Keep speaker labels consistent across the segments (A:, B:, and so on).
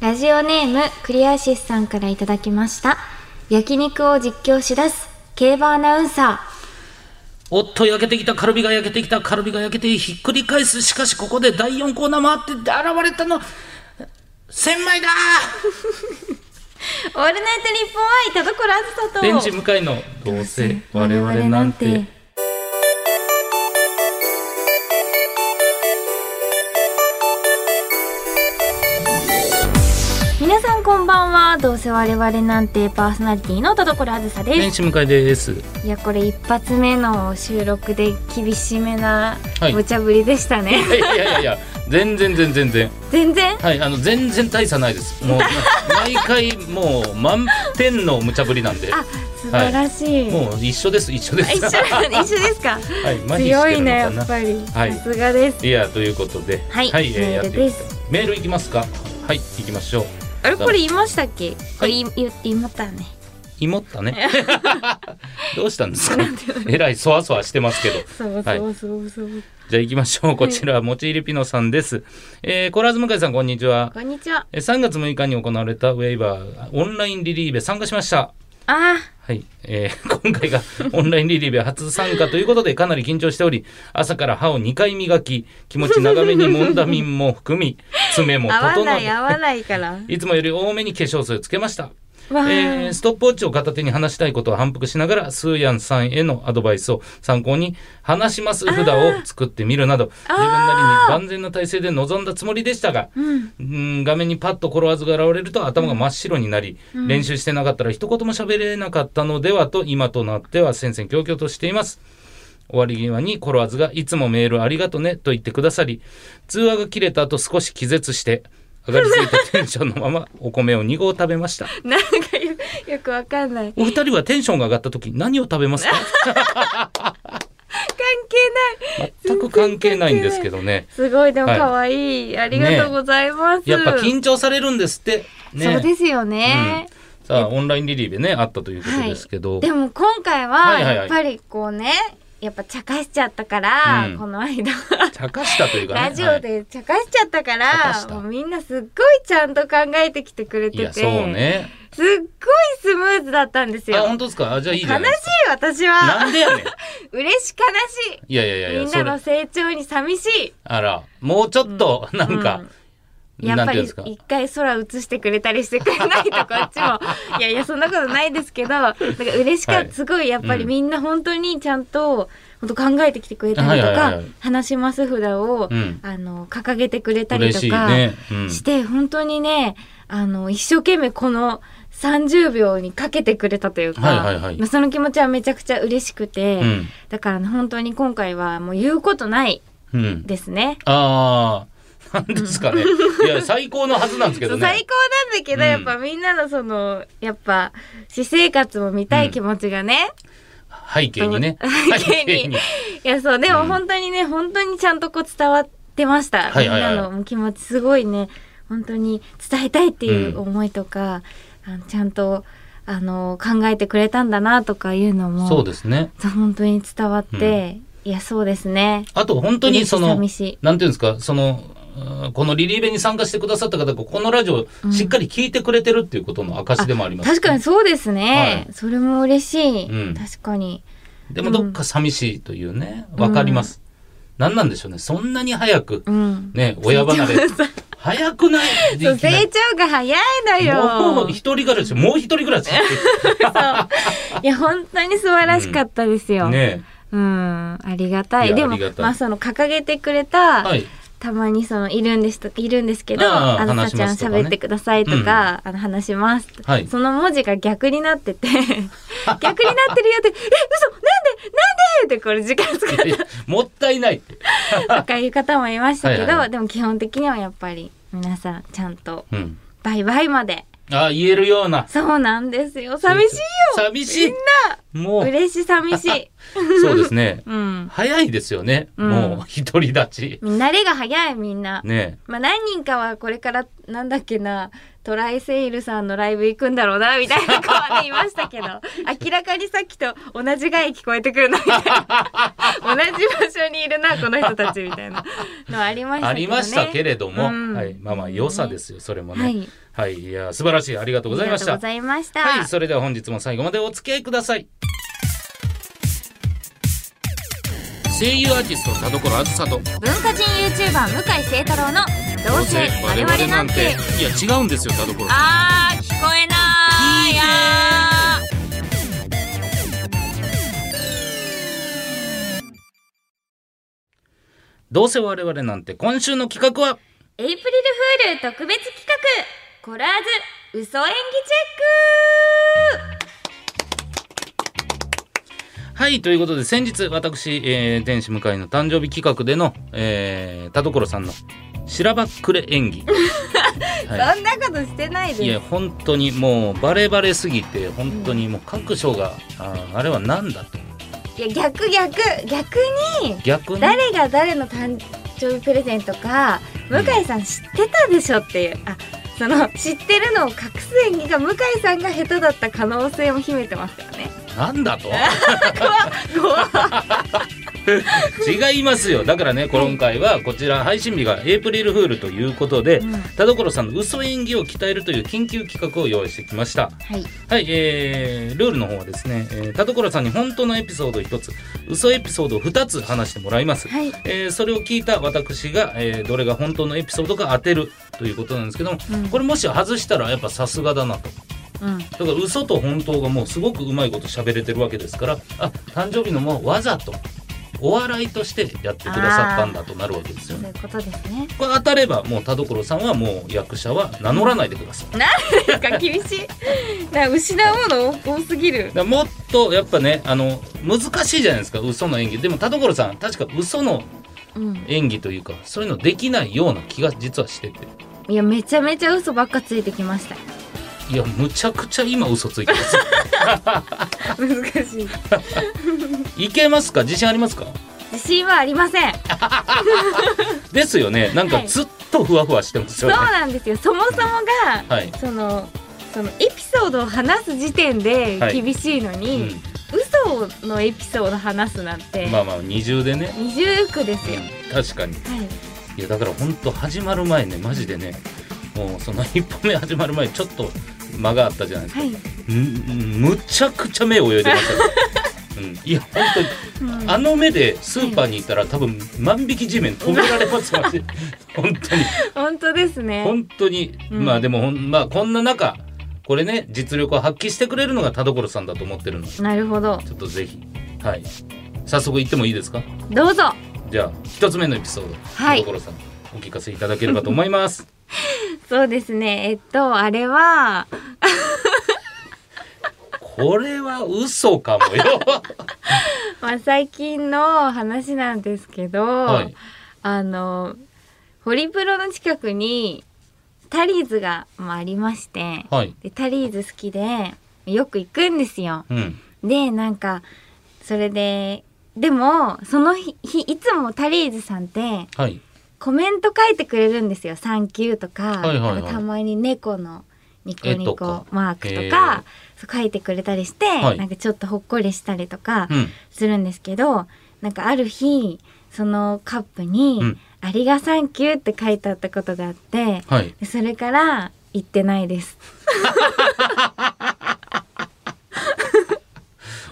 A: ラジオネームクリアシスさんからいただきました焼肉を実況しだす競馬アナウンサ
B: おっと焼けてきたカルビが焼けてきたカルビが焼けてひっくり返すしかしここで第4コーナー回って現れたの千枚だ
A: ーオールナイト日本愛田所あずさと
B: ベンチ向かいのどうせ我々なんて
A: 皆さんこんばんはどうせ我々なんてパーソナリティの田所あずさ
B: ベ
A: で
B: ン
A: す
B: チ向かいです
A: いやこれ一発目の収録で厳しめな
B: はい
A: 無茶ぶりでしたね、
B: いやいやいや全然全然全然
A: 全然
B: はいあの全然大差ないですもう毎回もう満点の無茶ぶりなんで
A: あ素晴らしい、
B: もう一緒です一緒で
A: あ
B: す
A: 一緒一緒ですか
B: はい麻痺してるの
A: 強
B: かない
A: ねやっぱり、
B: はい
A: さすがです
B: いやということでは
A: はいメール
B: やっていき
A: で
B: たいメールいきますかはい行きましょう
A: あれこれ言いましたっけこれ言い言って言いましたね
B: 芋ったね どうしたんですかえらいそわそわしてますけど
A: そうそうそうそう、
B: じゃあ行きましょうこちらもちいりピノさんです、えー、コラーズ向井さんこんにちは
A: こんにちは
B: えー3月6日に行われたウェイバーオンラインリリーベ参加しました
A: あ
B: はい、えー 今回がオンラインリリーベ初参加ということでかなり緊張しており朝から歯を2回磨き気持ち長めにモンダミンも含 み爪も
A: ー合わ
B: 整
A: な
B: え
A: い合わない から
B: いつもより多めに化粧水をつけました
A: わあ、
B: えーストップウォッチを片手に話したいことを反復しながらスーヤンさんへのアドバイスを参考に話します札を作ってみるなど自分なりに万全な体制で臨んだつもりでしたが、
A: うん
B: うん画面にパッとコロワーズが現れると頭が真っ白になり、練習してなかったら一言も喋れなかったのではと今となっては戦々恐々としています。終わり際にコロワーズがいつもメールありがとねと言ってくださり、通話が切れた後少し気絶して、上がりすぎたテンションのままお米を2合食べました。
A: なんかよよくわかんない
B: お二人はテンションが上がった時何を食 べますか
A: 関係ない
B: 全く関係ないんですけどね。
A: すごいでも
B: はい
A: 可愛い、ありがとうございます、
B: やっぱ緊張されるんですって。ね、
A: そうですよね、
B: うんさあ、オンラインリリーでね、あったということですけど。
A: でも今回
B: は
A: はい
B: はい
A: や
B: はい
A: っぱりこうねやっぱ茶化しちゃったから、
B: うん
A: この間
B: 茶化したというかね。
A: ラジオ
B: はい
A: で茶化しちゃったか
B: 茶化
A: ら
B: し、た
A: もうみんなすっごいちゃんと考えてきてくれ
B: い
A: て
B: や、
A: て、
B: そうね。
A: すっごいスムーズだったんです
B: あ、
A: よ。
B: 本当ですかあ、じゃあいいじゃ
A: 悲
B: ないで
A: し
B: す
A: い私
B: か。
A: は
B: なんでやねん。
A: 嬉し悲し
B: いやいやい
A: い
B: やい
A: み
B: や、
A: ん
B: そ
A: なの
B: れ。
A: 成長に寂しい
B: あら、もうちょっと、なんか、
A: やっ
B: なん
A: ぱ
B: ていう
A: り
B: んですか。
A: 一回空映してくれたりしてくれないとこっち もいやいやそんなことないですけどなんか嬉しかった、
B: はい
A: すごいやっぱり
B: うん
A: みんな本当にちゃんと、本当考えてきてくれたりとか、
B: はいはいはいはい
A: 話します札を、
B: うん
A: あの掲げてくれたり
B: 嬉
A: と
B: しい
A: か、
B: ね。うん。
A: して本当にねあの一生懸命この30秒にかけてくれたというか、
B: はいはいはい
A: まあその気持ちはめちゃくちゃ嬉しくて、
B: うん。
A: だからね本当に今回はもう言うことない
B: うん。
A: ですね。
B: ああ、なんですかね。いや、最高のはずなんですけどね。
A: 最高なんだけど、
B: うん
A: やっぱみんなのそのやっぱ私生活も見たい気持ちがね、
B: 背景にね。
A: 背景に
B: 背
A: いやそうでも
B: うん
A: 本当にね、本当にちゃんとこう伝わってました、
B: はいはいはい
A: みんなの気持ちすごいね本当に伝えたいっていう思いとか、あのちゃんとあの考えてくれたんだなとかいうのも
B: そうですね。
A: そう本当に伝わって、いやそうですね
B: あと本当にその、なん
A: 嬉
B: て
A: しい寂しい
B: いうんですか、その、うんこのリリーベに参加してくださった方が、このラジオ
A: うん
B: しっかり聞いてくれてるっていうことの証でもあります、
A: 確かに。そうですね、
B: は
A: それも嬉しい、
B: うん
A: 確かに
B: でもどっか寂しいというね、わかります。なん、なんでしょうね、そんなに早く、
A: うん
B: ね、親離れ、早くない
A: そう
B: できない
A: 成長が早いのよ
B: もう一人暮らし、もう一人暮らし。
A: いや本当に素晴らしかったですよ、
B: ね
A: うんありがたい
B: いや
A: でも
B: ありがたい
A: まあその掲げてくれた、
B: はい。
A: たまにそのいるんですといるんですけど
B: ああ
A: あずさちゃん
B: 話しますとかね
A: 喋ってくださいとか、あの話します、
B: はい
A: その文字が逆になって て逆になってるよってえ嘘なんでなんでってこれ時間使っ
B: いやもったいない。
A: たとかいう方もいましたけど
B: はいはいはい
A: でも基本的にはやっぱり皆さんちゃんと
B: うん。
A: バイバイまで
B: ああ、言えるような。
A: そうなんですよ寂しいよ
B: 寂しい。
A: みんな
B: もう、
A: 嬉しい寂しい
B: そうですね。
A: うん。
B: 早いですよね。
A: うん
B: もう、独り立ち。
A: 慣れが早いみんな。
B: ね
A: まあ何人かはこれからなんだっけなトライセイルさんのライブ行くんだろうなみたいな子はねいました けど明らかにさっきと同じ外聞こえてくるなみたいな同じ場所にいるなこの人たちみたいなのはありましたけどね。
B: ありましたけ
A: れ
B: れども、
A: うん
B: はい、まあまあ、良さですよ、それもね。
A: は
B: はい、
A: い、
B: い、や、素晴らしい。ありがとうございまし
A: あ
B: た
A: りがとうご。ざいました。
B: はい、それでは本日も最後までお付き合いください。声優アーティスト田所あずさと
A: 文化人 YouTuber 向井聖太郎のどうせ我々なんて
B: いや違うんですよ田所さん
A: あー聞こえないやー
B: どうせ我々なんて今週の企画は
A: エイプリルフール特別企画コラーズ嘘演技チェック
B: はいということで先日私、えー、天使向井の誕生日企画での、えー、田所さんのしらばっくれ演 技は
A: そんなことしてない
B: いいや
A: です
B: 本当にもうバレバレすぎて本当にもう各所が、あーあれはなんだと
A: いや逆逆逆に
B: 逆に
A: 誰が誰の誕生日プレゼントか向井さん知ってたでしょっていうあその知ってるのを隠す演技が向井さんが下手だった可能性も秘めてますよね
B: なんだと
A: ごわ
B: 違いますよだからね今回はこちら配信日がエイプリルフールということで、
A: うん
B: 田所さんの嘘演技を鍛えるという緊急企画を用意してきました
A: はい
B: はい、えー、ルールの方はですね、えー田所さんに本当のエピソード1つ嘘エピソード2つ話してもらいます、
A: はい
B: えーそれを聞いた私が、えーどれが本当のエピソードか当てるということなんですけども、
A: うん
B: これもし外したらやっぱさすがだなと
A: うん
B: だから嘘と本当がもうすごくうまいこと喋れてるわけですからあ誕生日のもわざとお笑いとしてやってくださったんだとなるわけです
A: そ
B: よ
A: うい
B: ね
A: うことですね
B: これ当たればもう田所さんはもう役者は名乗らないでください
A: なんか厳しい な失うもの多すぎる
B: だからもっとやっぱねあの難しいじゃないですか嘘の演技でも田所さん確か嘘の
A: うん
B: 演技というかそういうのできないような気が実はしてて
A: いやめちゃめちゃ嘘ばっかついてきました
B: いやむちゃくちゃ今嘘ついてます
A: 難しい
B: いけますか自信ありますか
A: 自信はありません
B: ですよねなん
A: は
B: か
A: い
B: ずっとふわふわしてます
A: そう
B: よね、
A: なんですよそもそもが、
B: はい
A: そのそのエピソードを話す時点で
B: はい
A: 厳しいのに、嘘のエピソード話すなんて、
B: うん、まあまあ二重でね、
A: 二重苦ですよ、
B: うん、確かに
A: はい
B: いやだから本当始まる前ねマジでねもうその一歩目始まる前ちょっと間があったじゃないですか
A: はい、
B: んんむちゃくちゃ目泳いでました よ、うん、いや本当に
A: うん
B: あの目でスーパーに行ったら多分万引き地面止められますマジで本当に
A: 本当ですね
B: 本当に、
A: うん
B: まあでもほんまあこんな中これね実力を発揮してくれるのが田所さんだと思ってるのでち
A: なるほど
B: ょっとぜひはい早速行ってもいいですか
A: どうぞ
B: じゃあ一つ目のエピソード、
A: はい
B: 田所さんお聞かせいただければと思います
A: そうですねえっとあれは
B: これは嘘か もよ
A: まあ、最近の話なんですけど、
B: はい
A: あのホリプロの近くにタリーズが、まあ、ありまして、
B: はい
A: でタリーズ好きでよく行くんですよ。
B: うん
A: でなんかそれででもその日日いつもタリーズさんって
B: はい
A: コメント書いてくれるんですよ「サンキュー」とか,、
B: はいはいはい
A: なんかたまに猫のニコニ
B: 絵とか
A: コマーク
B: へ
A: と
B: ー
A: かそう書いてくれたりして、
B: はい
A: なんかちょっとほっこりしたりとか。
B: うん
A: するんですけどなんかある日そのカップに
B: うん
A: 「ありがサンキュー」って書いてあったことがあって
B: はい
A: でそれから行ってないです。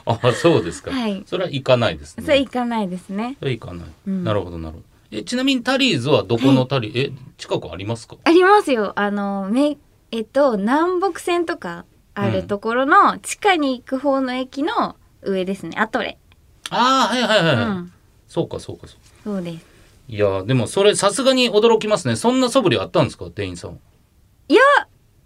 B: あそうですか、
A: はい
B: それは行かないですね
A: それ行かないですね。
B: それ行かない、
A: うん
B: なるほどなるほどえちなみにタリーズはどこのタリー、え近くありますか
A: ありますよ。あのめえっと南北線とかあるところの地下に行く方の駅の上ですね。アトレ。
B: ああはいはいは
A: う
B: いはい、
A: ん。
B: そうかそうかそうか
A: そうです。
B: いやーでもそれさすがに驚きますねそんな素振りあったんですか店員さん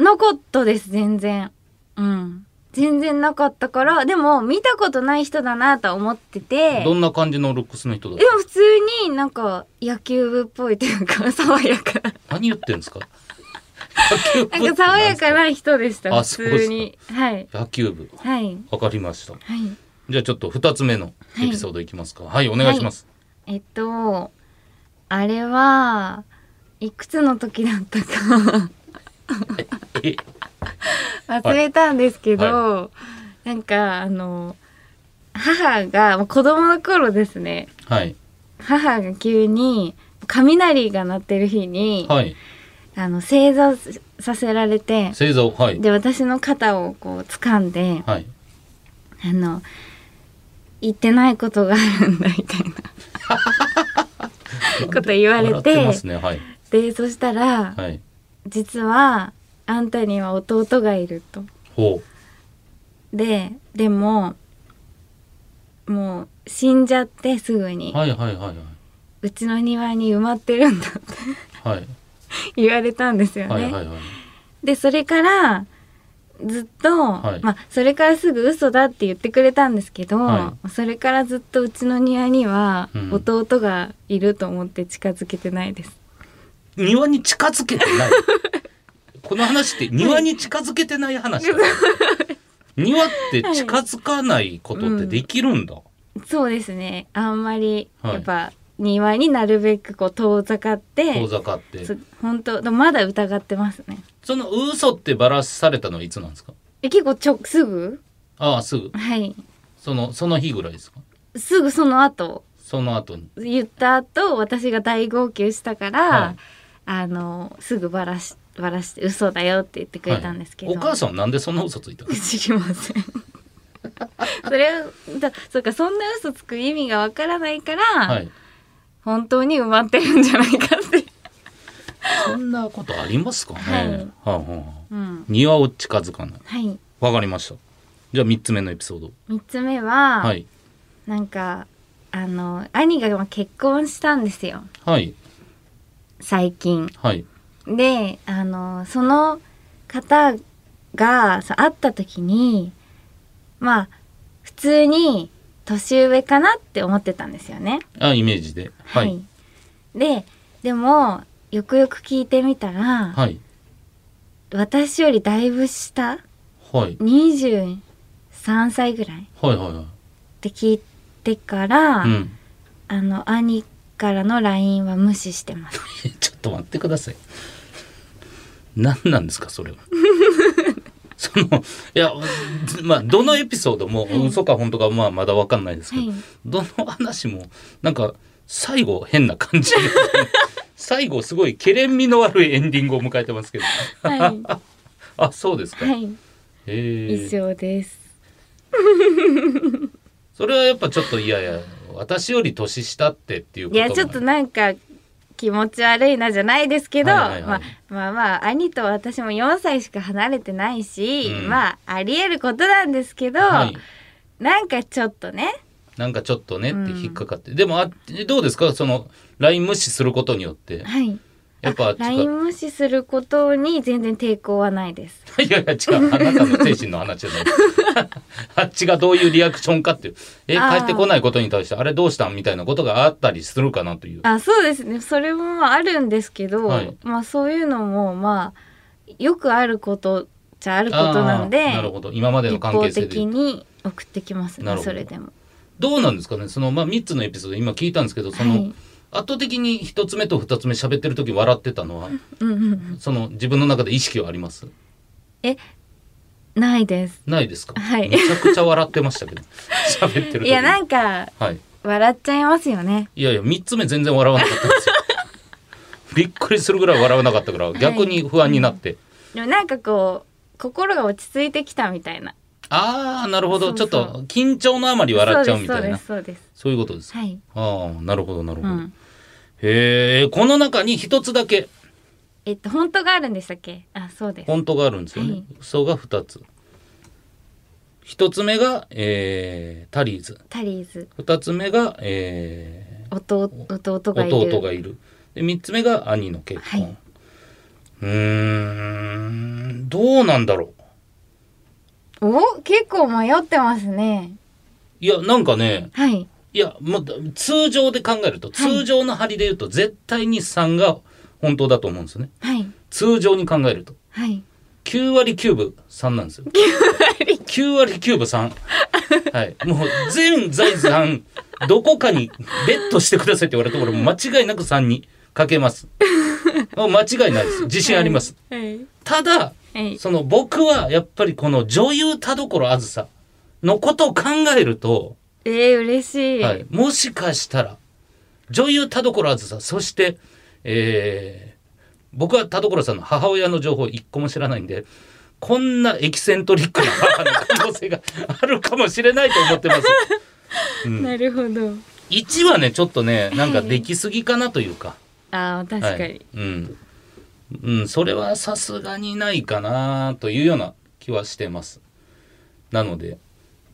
A: なかったです全然。うん。全然なかったからでも見たことない人だなとは思ってて。
B: どんな感じのルックスの人だっ
A: でも普通になんか野球部っぽいというか爽やか
B: た何言ってんですか野球部
A: ななんか爽やかな人でした
B: あ
A: 普通にはい
B: 野球部
A: はい
B: わかりました
A: はい
B: じゃあちょっと2つ目のエピソードいきますか。はい、お願いします。
A: えっとあれはいくつの時だったか
B: え
A: 忘れたんですけど、
B: は
A: なんかあの母がもう子供の頃ですね
B: はい。
A: 母が急に雷が鳴ってる日に、
B: はい。
A: あの正座させられて
B: 製造、はい。
A: で私の肩をこう掴んで
B: はい。
A: あの言ってないことがあるんだみたいな こと言われ
B: 笑って
A: て
B: ますね。はい。
A: でそしたら、
B: はい。
A: 実はあんたには弟がいると。
B: ほ
A: ででももう死んじゃってすぐに、
B: う。はいはいはいはいう
A: ちの庭に埋まってるんだって
B: はい。
A: 言われたんですよね。
B: はいはいはい。
A: でそれからずっと、
B: はい
A: まあそれからすぐ嘘だって言ってくれたんですけど、
B: は
A: それからずっとうちの庭には
B: うん
A: 弟がいると思って近づけてないです。
B: 庭に近づけてない。この話って庭に近づけてない話だ。庭って近づかないことってできるんだ。
A: そうですねあんまり
B: はい
A: やっぱ庭になるべくこう遠ざかって、
B: 遠ざかって。
A: そ本当でもまだ疑ってますね。
B: その嘘ってばらされたのはいつなんですか
A: え結構ちょすぐ
B: ああ、すぐ。
A: はい
B: その、その日ぐらいですか
A: すぐその後
B: その後に。
A: 言った後私が大号泣したから、
B: はい
A: あのすぐバラしバラして嘘だよって言ってくれたんですけど、
B: はいお母さんはなんでそんな嘘ついたの
A: 知りません それはだそうかそんな嘘つく意味がわからないから、
B: はい。
A: 本当に埋まってるんじゃないかって、
B: そんなことありますかね。
A: はい
B: はあはあ
A: うん、
B: 庭を近づかない。
A: はい
B: わかりました。じゃあ3つ目のエピソード。
A: 3つ目は、
B: はい。
A: なんかあの兄がまあ結婚したんですよ
B: はい。
A: 最近。
B: はい。
A: であのその方がそう会った時にまあ普通に年上かなって思ってたんですよね。
B: あ、イメージで。はい。
A: ででもよくよく聞いてみたら、
B: はい。
A: 私よりだいぶ下
B: はい。
A: 23歳ぐらいっ
B: はいはいは
A: て聞いてから、
B: い。うん。
A: あの兄からの LINE は無視して ます。
B: えちょっと待ってください。何なんですかそれは。 そのいやまあどのエピソードも
A: はい
B: 嘘か本当かまあまだわかんないですけど、
A: はい
B: どの話もなんか最後変な感じ。 最後すごいけれん味の悪いエンディングを迎えてますけど。
A: はい、
B: あそうですか。
A: はい、
B: へ
A: 以
B: え。
A: 上です。
B: それはやっぱちょっといやいや私より年下ってっていうこ
A: い
B: とも
A: やちょっとなんか気持ち悪いなじゃないですけど、
B: はいはいはい
A: まあまあまあ兄と私も4歳しか離れてないし、
B: うん
A: まあありえることなんですけど、
B: はい
A: なんかちょっとね
B: なんかちょっとねって引っかかって、でもあどうですかその LINE 無視することによって
A: はい
B: やっぱあっちか
A: LINE 無視することに全然抵抗はないです。
B: いやいや違うあなたの精神の話じゃない あっちがどういうリアクションかっていうえ
A: あー
B: 帰ってこないことに対してあれどうしたんみたいなことがあったりするかなという
A: あそうですねそれもまああるんですけど、
B: はい
A: まあそういうのもまあよくあることじゃあることなんで
B: あーなるほど今までの
A: 一
B: 関
A: 方
B: 係性で
A: 的
B: 言う
A: に送ってきます
B: なる
A: ね
B: ほど
A: それでも。
B: どうなんですかねその、まあ、3つのエピソード今聞いたんですけどその、
A: はい
B: 圧倒的に1つ目と2つ目喋ってる時笑ってたのは
A: うんうんうん、
B: その自分の中で意識はあります
A: ないです。
B: ないですか、
A: はい
B: めちゃくちゃ笑ってました けど喋ってる時
A: いやな
B: か
A: んか
B: はい
A: 笑っちゃいますよね。
B: いやいや、三つ目全然笑わなかったん ですよ。びっくりするぐらい笑わなかったから、
A: い
B: 逆に不安になって。
A: でもなんかこう心が落ち着いてきたみたいな。
B: ああ、なるほど、
A: そうそう
B: ちょっと緊張のあまり笑っちゃうみたいな。そ
A: そ
B: う
A: うですそうです
B: いうことです。
A: そうです。はい。
B: ああ、なるほど、なるほ
A: う
B: ど。
A: ん。
B: へえ、この中に一つだけ、
A: えっと本当があるんでしたっけ？あそうです。
B: フォントがあるんですよね。
A: はい
B: 嘘が二つ。一つ目が、えー、タリーズ。
A: タリーズ
B: 二つ目が、え
A: 弟弟
B: ー、
A: がいる。
B: 弟がいる。で、三つ目が兄の結婚。
A: はいう
B: ーん、どうなんだろう。
A: お結構迷ってますね。
B: いや、なんかね、
A: はい。
B: いや、もうだ通常で考えると、通常の張りで言うと、絶対に3が本当だと思うんですよね。
A: はい。
B: 通常に考えると。
A: はい。
B: 9割9分3なんですよ。
A: あり
B: 9割9分3。はい。もう全財産、どこかにベットしてくださいって言われたところ、間違いなく3にかけ ます。もう間違いないです。自信あります。
A: はい
B: ただ、
A: はい
B: その僕はやっぱりこの女優田所あずさのことを考えると、
A: えー、嬉しい、
B: はい、もしかしたら女優田所あずさそして、えー僕は田所さんの母親の情報一個も知らないんでこんなエキセントリックな母の可能性があるかもしれないと思ってます。うん
A: なるほど
B: 1はねちょっとねなんかできすぎかなというか、
A: ああ 確かに、
B: はいうんうん、それはさすがにないかなというような気はしてます。なので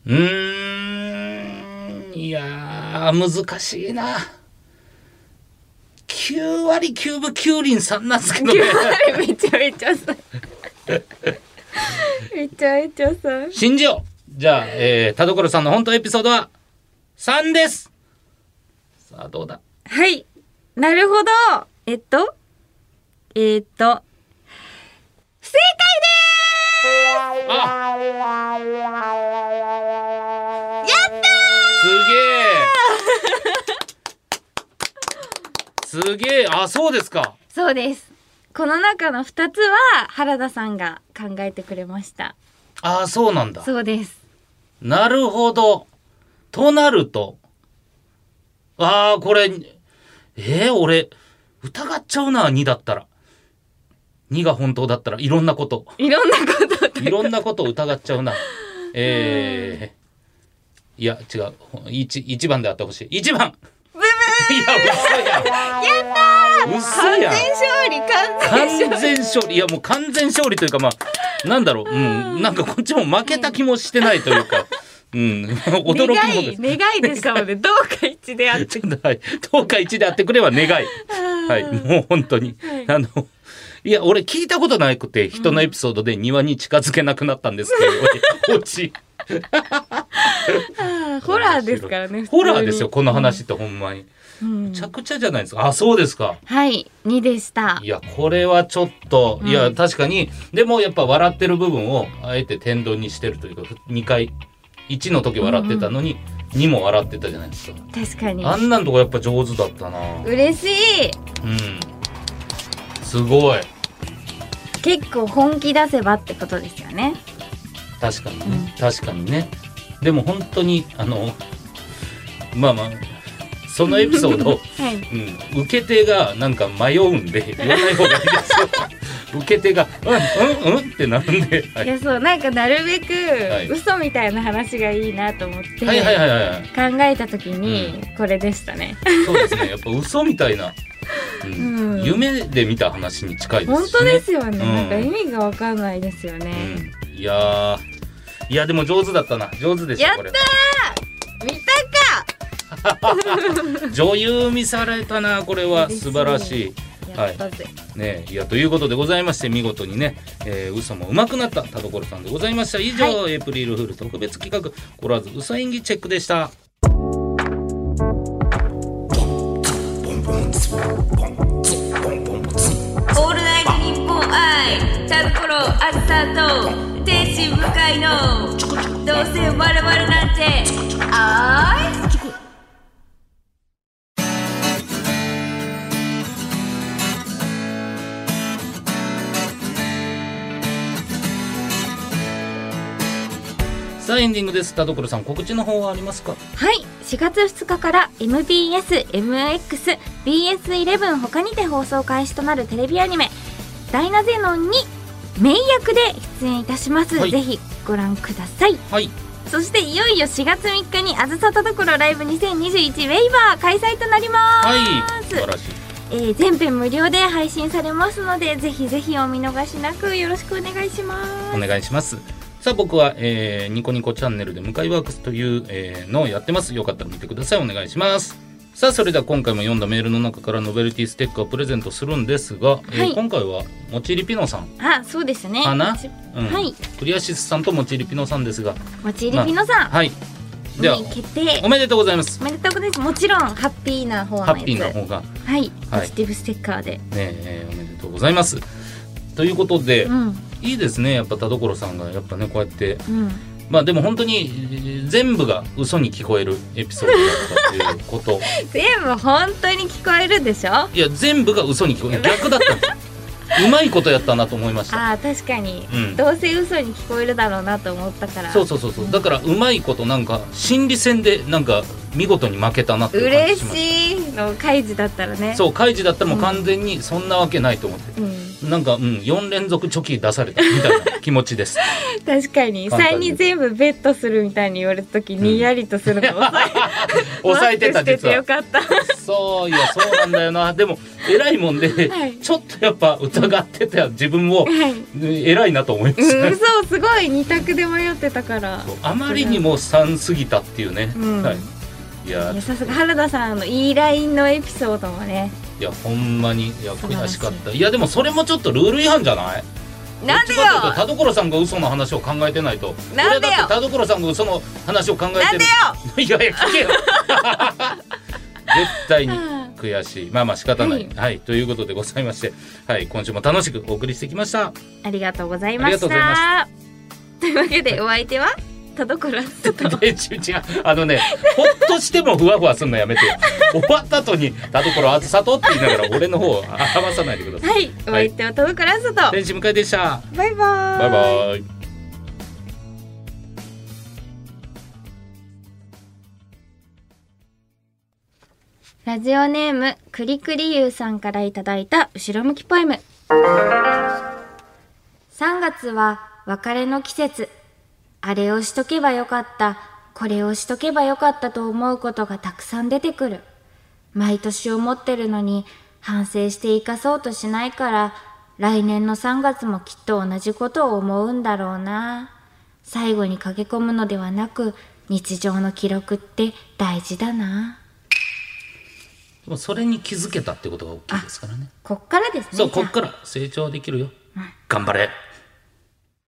B: うーんいやー難しいな9割9分9厘3なんですけどね
A: あ れめちゃめちゃさめちゃめちゃさ
B: 信じようじゃあ、えー、田所さんの本当エピソードは3ですさあどうだ
A: はいなるほどえっとえーっと不正
B: あやったすげえすげえあそうですか
A: 解そうですこの中の2つは原田さんが考えてくれました
B: あそうなんだ
A: そうです
B: なるほどとなるとあーこれえー、俺疑っちゃうな2だったら2が本当だったらいろんなこと
A: いろんなこと
B: いろんなことを疑っちゃうな。えー、いや違う一一番であってほしい一番いや嘘
A: 完
B: やん
A: 全
B: 嘘
A: 勝
B: やん
A: 利完全
B: 完全勝利いやもう完全勝利というかまあなんだろううんなんかこっちも負けた気もしてないという かうん驚きもです
A: 願い願いでしたのでどうか一致であって
B: ちょっと はい10日一であってくれは願いはいもう本当に、
A: はい
B: あのいや俺聞いたことなくて人のエピソードで庭に近づけなくなったんです けど、落ち
A: あーホラーですからね
B: ホラーですよ、
A: 普
B: この話ってほんまに。
A: 通にうん
B: めちゃくちゃじゃないですか。あ、そうですか。
A: はい2でした
B: いや、これはちょっと、
A: うん
B: いや、確かに、でもやっぱ笑ってる部分を、あえて天丼にしてるというか、2回、1の時笑ってたのに、2も笑ってたじゃないですか。
A: 確かに
B: あんなんとこやっぱ上手だったな。うん。
A: 嬉しい
B: すごい。
A: 結構本気出せばってことですよね
B: 確かにね、確かにねでも本当にあのまあまあそのエピソード を、
A: はい、
B: うん、受け手がなんか迷うんで言わない方がいい ですよ受け手が「うんうんうん」ってなるんで、はいい、
A: やそうなんかなるべく、
B: い
A: 嘘みたいな話がいいなと思って、
B: はいはいはいはい
A: 考えた時に、これでしたね
B: そうですねやっぱ嘘みたいな、うん
A: うん
B: 夢で見た話に近いですし、ね、
A: 本当ですよね、
B: うん
A: なんか意味がわかんないですよね、
B: うん、いやーいやでも上手だったな上手でした
A: やった
B: これ
A: 見た
B: 女優見されたなこれは
A: です
B: 素
A: ね
B: 晴らしい。
A: かやったぜ、
B: ねいやということでございまして見事にね、えー、嘘も上手くなった田所さんでございました以上、エイプリルフール特別企画「コラーズ嘘演技チェック」でした
A: オールナイトニッポン愛タルコロアスターと天使向かいのどうせ我々なんてあーい
B: さあエンディングです田所さん告知の方はありますか
A: はい4月2日から MBSMXBS11 他にて放送開始となるテレビアニメ「ダイナゼノン」に名役で出演いたします、
B: はい
A: ぜひご覧ください
B: はい
A: そしていよいよ4月3日に「あずさたところライブ2021ウェイバー」開催となります、
B: はい素晴らしい
A: えー全編無料で配信されますのでぜひぜひお見逃しなくよろしくお願いします
B: お願いしますさあ僕は、えーニコニコチャンネルで「向かいワークス」という、えーのをやってますよかったら見てくださいお願いしますさあそれでは今回も読んだメールの中からノベルティステッカーをプレゼントするんですが、えー
A: はい
B: 今回はもちりピノさん
A: あそうですね
B: かな
A: ち、
B: うん
A: はい
B: クリアシスさんともちりピノさんですが
A: 持ち入りピノさん、
B: はいでは
A: に決定
B: おめでとうございます
A: おめでとうございますもちろんハッピーな方のやつ
B: ハッピーな方がね
A: はい、
B: は
A: ポ
B: い
A: ジティブステッカーで、
B: えーおめでとうございますということで、
A: うん
B: いいですねやっぱ田所さんがやっぱねこうやって
A: うん
B: まあでも本当にえー全部が嘘に聞こえるエピソードだったということ
A: 全部本当に聞こえるでしょあ
B: いや全部が嘘に聞こえる逆だったんですようまいことやったなと思いました
A: あ確かに、
B: うん
A: どうせ嘘に聞こえるだろうなと思ったから
B: そうそうそうそうだからうまいことなんか心理戦でなんか見事に負けたなっていう感じ
A: 嬉
B: しました
A: しいの開示だったらね
B: そう開示だったらもう完全にそんなわけないと思って、
A: う、ん、
B: なんかうん4連続チョキ出されたみたいな気持ちです
A: 確かに
B: 簡
A: 3
B: 単に
A: に全部ベットするみたいに言われた時にやりとする のを抑え,、
B: 抑えてた
A: マスクして
B: 実
A: てよ
B: は
A: かった
B: そういやそうなんだよなでも偉いもんで、
A: はい
B: ちょっとやっぱ疑ってた自分
A: は
B: を
A: い、
B: 偉いなと思いました、
A: うん、嘘すごい二択で迷ってたから
B: そうあまりにも3過ぎたっていうね、
A: うん
B: はい、いや
A: いやさすが原田さんのいいラインのエピソードもね
B: いやほんまにいや
A: 素晴
B: 悔
A: らし
B: し
A: い
B: かったいやでもそれもちょっとルール違反じゃない
A: なんでよ
B: どっちかというと田所さんが嘘の話を考えてないと
A: なんでよ
B: 俺だって田所さんが嘘の話を考えてる
A: なんでよ
B: いやいや 聞けよ絶対に
A: はあ
B: 悔しいまあまあ仕方ない、は
A: はい
B: い、ということでございまして、はい、今週も楽しくお送りしてきました
A: ありがとうございました
B: ありがとうございま
A: というわけでお相手は田所さんと
B: でちゅ違うあのねほっとしてもふわふわするのやめてよ終わった後に田所あずさとって言いながら俺の方を合わさないでください
A: はい、お相手は田所さんと、
B: 天使向井でした
A: バイバーイ
B: バイバイ
A: ラジオネームくりくりゆうさんからいただいた後ろ向きポエム3月は別れの季節あれをしとけばよかったこれをしとけばよかったと思うことがたくさん出てくる毎年思ってるのに反省して生かそうとしないから来年の3月もきっと同じことを思うんだろうな最後に駆け込むのではなく日常の記録って大事だな
B: でもそれに気づけたってことが大きいですからね
A: こっからですね
B: そう
A: じゃ
B: こ
A: あ
B: っから成長できるよ頑張れ